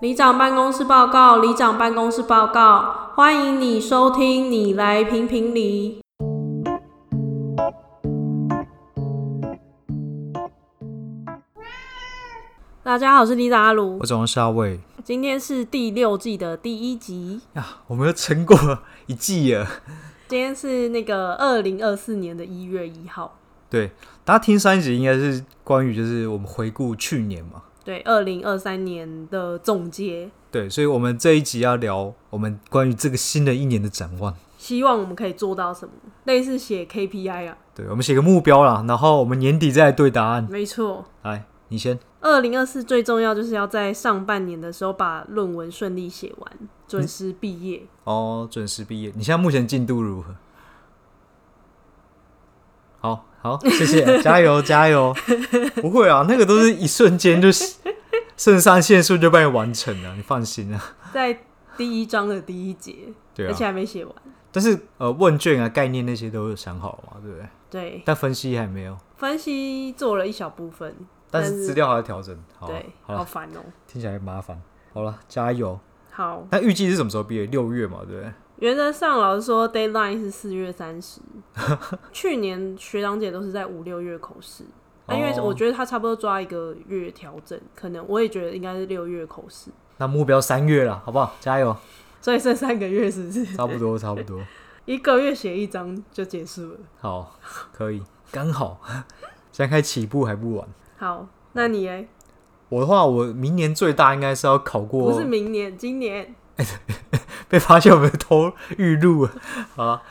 里长办公室报告，里长办公室报告，欢迎你收听，你来评评理。大家好，我是里长阿卢我，总是阿伟今天是第六季的第一集，呀，我们又撑过一季了。今天是那个二零二四年的一月一号，对，大家听上一集应该是关于就是我们回顾去年嘛，对，二零二三年的总结，对，所以我们这一集要聊我们关于这个新的一年的展望。希望我们可以做到什么，类似写 KPI 啊，对，我们写个目标啦，然后我们年底再来对答案。没错，来，你先，二零二四最重要就是要在上半年的时候把论文顺利写完，准时毕业。哦，准时毕业。你现在目前进度如何？好好，谢谢，加油加油！不会啊，那个都是一瞬间就是 肾上腺素就帮你完成了，你放心啊。在第一章的第一节，对啊，而且还没写完。但是呃，问卷啊、概念那些都有想好了嘛，对不对？对，但分析还没有，分析做了一小部分，但但是是资料还要调整。好啊，对，好好了，烦哦、听起来麻烦。好了，加油。好，那预计是什么时候毕业？六月嘛，对不对？原则上老师说 deadline 是四月三 十。去年学长姐都是在五六月口试，那因为哦我觉得他差不多抓一个月调整，可能我也觉得应该是六月口试，那目标三月了，好不好？加油，所以剩三个月是不是？差不多，差不 多。一个月写一章就结束了。好，可以，刚好。 现在开起步还不晚。好，那你哎，我的话，我明年最大应该是要考过，不是明年，今年被发现我们偷预录 了。好啦，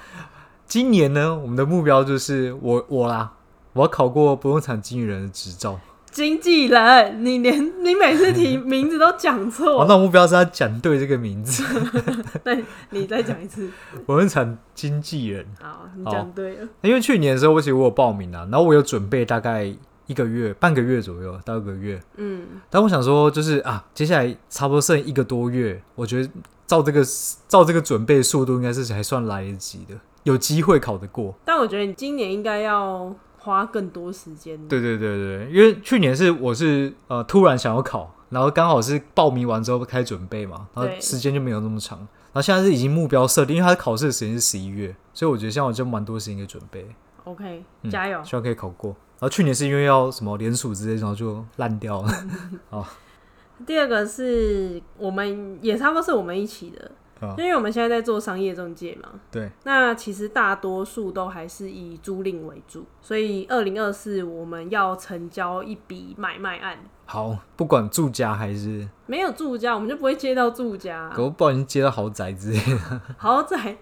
今年呢，我们的目标就是我我啦，我要考过不动产经纪人的执照。经纪人，你连你每次提名字都讲哦，错，那我目标是要讲对这个名字， 对，你再讲一次。我是产经纪人。好，你好讲对了，因为去年的时候，我其实我有报名啊，然后我有准备大概一个月、半个月左右到一个月，嗯，但我想说就是啊，接下来差不多剩一个多月，我觉得照这个照这个准备速度，应该是还算来得及的，有机会考得过。但我觉得你今年应该要花更多时间。对对对对，因为去年是我是呃突然想要考，然后刚好是报名完之后开始准备嘛，然后对时间就没有那么长。然后现在是已经目标设定，因为他考试的时间是十一月，所以我觉得现在我就蛮多时间可以准备， OK，嗯加油。希望可以考过。然后去年是因为要什么联署之类，然后就烂掉了。 第二个是我们也差不多是我们一起的，啊因为我们现在在做商业中介嘛。对，那其实大多数都还是以租赁为主，所以二零二四我们要成交一笔买卖案，好，不管住家还是没有住家，我们就不会接到住家狗，不小心接到豪宅之类的。豪宅。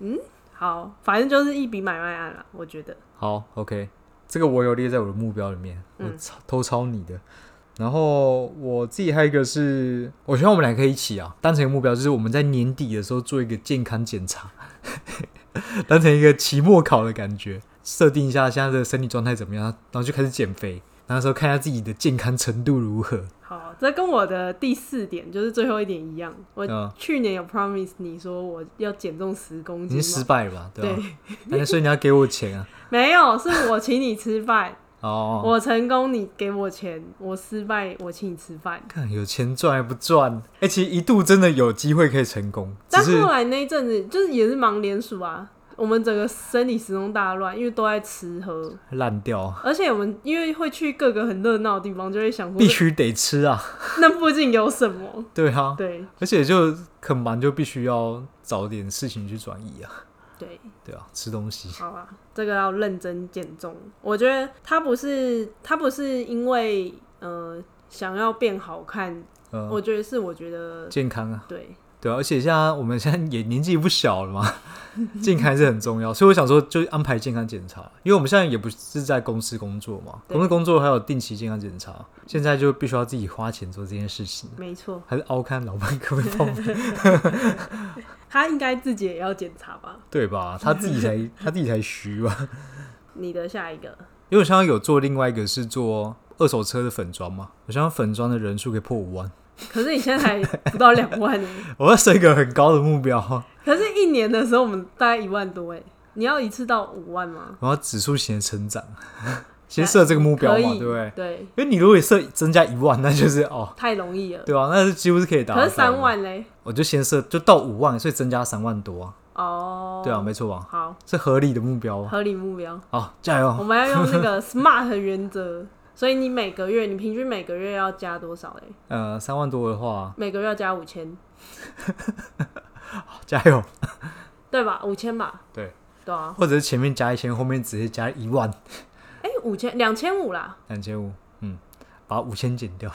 嗯，好，反正就是一笔买卖案了，我觉得。好，OK，这个我有列在我的目标里面，我嗯抄偷抄你的。然后我自己还有一个是，我希望我们俩可以一起啊，当成一个目标，就是我们在年底的时候做一个健康检查， 当成一个期末考的感觉，设定一下现在的身体状态怎么样，然后就开始减肥，然后那时候看一下自己的健康程度如何。好，这跟我的第四点就是最后一点一样。我嗯去年有 promise 你说我要减重十公已斤经嘛，失败了吧？对吧、对， 但所以你要给我钱啊！没有，是我请你吃饭， 哦，我成功你给我钱，我失败我请你吃饭。看有钱赚还不赚？哎、其实一度真的有机会可以成功，只但是后来那一阵子就是也是忙联署啊，我们整个生理时钟大乱，因为都在吃喝，烂掉，啊而且我们因为会去各个很热闹的地方，就会想必说须得吃啊！ 那附近有什么。对啊，对而且就很忙，就必须要找点事情去转移啊，对，对啊，吃东西。好啊，这个要认真减重。我觉得他不是他不是因为呃想要变好看，嗯、我觉得是我觉得健康啊，对对啊，而且现在我们现在也年纪不小 了嘛，健康还是很重要，所以我想说就安排健康检查，因为我们现在也不是在公司工作嘛，对公司工作还有定期健康检查，现在就必须要自己花钱做这件事情，没错，还是凹看老板可不可以帮 我们他应该自己也要检查吧。对吧？他自己才他自己才虚啊吧。你的下一个因为我想有做另外一个是做二手车的粉砖嘛，我想粉砖的人数可以破五万，可是你现在才不到两万呢、 我要设一个很高的目标，可是，一年的时欸候我们大概一万多哎、你要一次到五万吗？然后指数型的成长。先设这个目标可以嘛，对不对？对，因为你如果设增加一万，那就是哦，太容易了。对啊吧、那是几乎是可以达到可的。是三万嘞？我就先设就到五万，所以增加三万多啊，哦，对啊，没错吧？好，是合理的目标啊。合理目标。好，加我油！们要用那个 SMART 原则，所以你每个月，你平均每个月要加多少嘞？呃，三万多的话，每个月要加五千，加油！对吧？五千吧。对，对啊，或者是前面加一千，后面直接加一万哎、五千两千五啦，两千五，嗯，把五千减掉，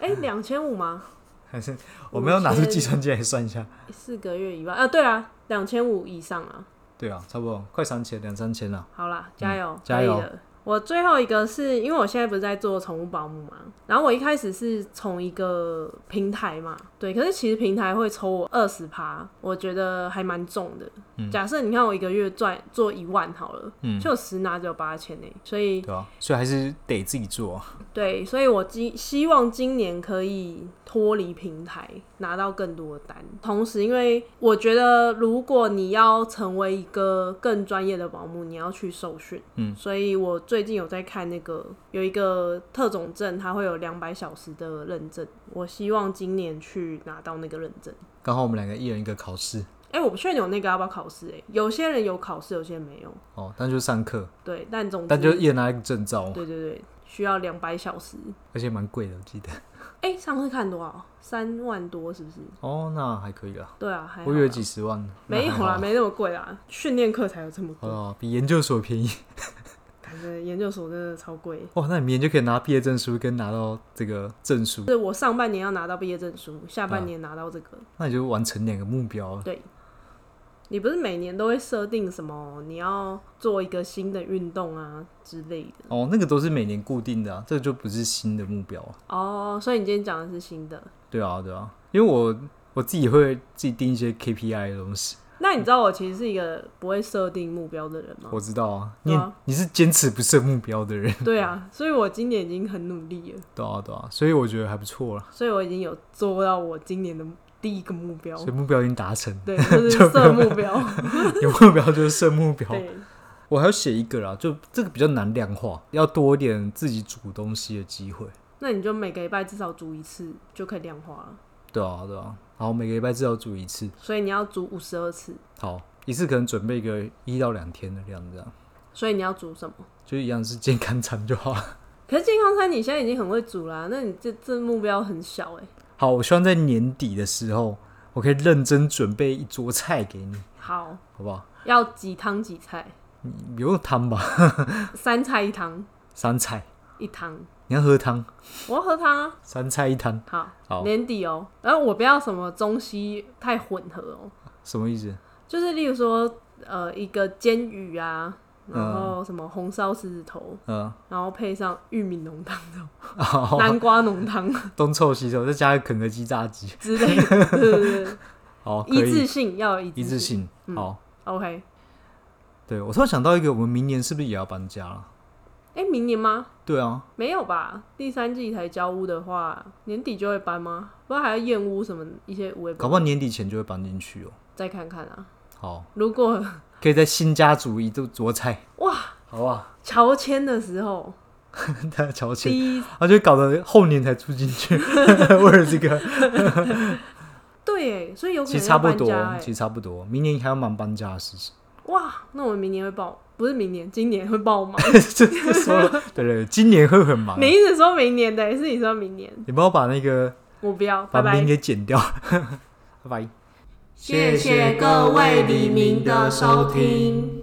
哎、两千五吗？还是我们要拿出计算机来算一下。四个月一万啊，对啊，两千五以上啊。对啊，差不多快三千，两三千了。好啦，加油，嗯加油可以的。我最后一个是因为我现在不是在做宠物保姆嘛，然后我一开始是从一个平台嘛，对，可是其实平台会抽我二十趴，我觉得还蛮重的。假设你看我一个月赚做一万好了，嗯就十拿只有八千呢，所以对啊，所以还是得自己做啊。对，所以我今希望今年可以脱离平台，拿到更多的单。同时，因为我觉得如果你要成为一个更专业的保姆，你要去受训。嗯，所以我最近有在看那个有一个特种证，它会有两百小时的认证，我希望今年去拿到那个认证。刚好我们两个一人一个考试哎、我不确定有那个要不要考试，哎，有些人有考试，有些人没有。哦，但就上课，对，但总之，但就一人拿一个证照嘛，对对对，需要两百小时。而且蛮贵的，我记得。哎、上次看多少？三万多是不是？哦，那还可以啦，对啊，还好我以为啦几十万。没有啦，啦，没那么贵啦，训练课才有这么贵。啊哦，比研究所便宜。感觉研究所真的超贵。哇，那你明年就可以拿毕业证书跟拿到这个证书，就是我上半年要拿到毕业证书，下嗯半年拿到这个。那你就完成两个目标了。你不是每年都会设定什么你要做一个新的运动啊之类的哦，那个都是每年固定的、啊，这个就不是新的目标啊。哦所以你今天讲的是新的。对啊，对啊，因为我我自己会自己定一些 KPI 的东西，那你知道我其实是一个不会设定目标的人吗？我知道啊。你对也、啊你是坚持不设目标的人，对啊，所以我今年已经很努力了，对啊，对啊，所以我觉得还不错啦，所以我已经有做到我今年的第一个目标，所，以目标已经达成对，就是 设目标，有目标就是设目标。对，我还要写一个啦，就这个比较难量化，要多一点自己煮东西的机会。那你就每个礼拜至少煮一次就可以量化了，对啊，对啊，然后每个礼拜至少煮一次，所以你要煮五十二次，好，一次可能准备个一到两天的量，这样所以你要煮什么？就一样是健康餐就好了。可是健康餐你现在已经很会煮啦，那你这这目标很小哎、好，我希望在年底的时候，我可以认真准备一桌菜给你，好，好不好？要几汤几菜， 你不用汤吧，三菜一汤，三菜，一汤，你要喝汤，我要喝汤啊。三菜一汤，好，好年底哦、然后我不要什么中西太混合哦、什么意思？就是例如说呃一个煎鱼啊，然后什么红烧狮子头，嗯， 然后配上玉米浓汤、好，南瓜浓汤东凑西凑，再加个肯德基炸鸡，之类的，对对 对，好，哦可一以致嗯性要有一致性，好。 OK，对我突然想到一个，我们明年是不是也要搬家了？哎、明年吗？对啊，没有吧？第三季才交屋的话，年底就会搬吗？不过还要验屋什么一些五位，搞不好年底前就会搬进去哦。再看看啊。好，如果 可以在新家煮一桌桌菜，哇，好不好？乔迁的时候，大家瞧起来，第一而且搞得后年才住进去， 为了这个，对耶，所以有可其能实差要不搬多哦家，其哎。实差不多，明年还要忙搬家的事情。 哇，那我们明年会爆，不是明年，今年会爆吗？这这说了，对对对，今年会很忙啊你，一直说明年的，是你说明年，你帮我把那个我不要，拜把拜明。给剪掉， 拜拜。谢谢各位黎明的收听。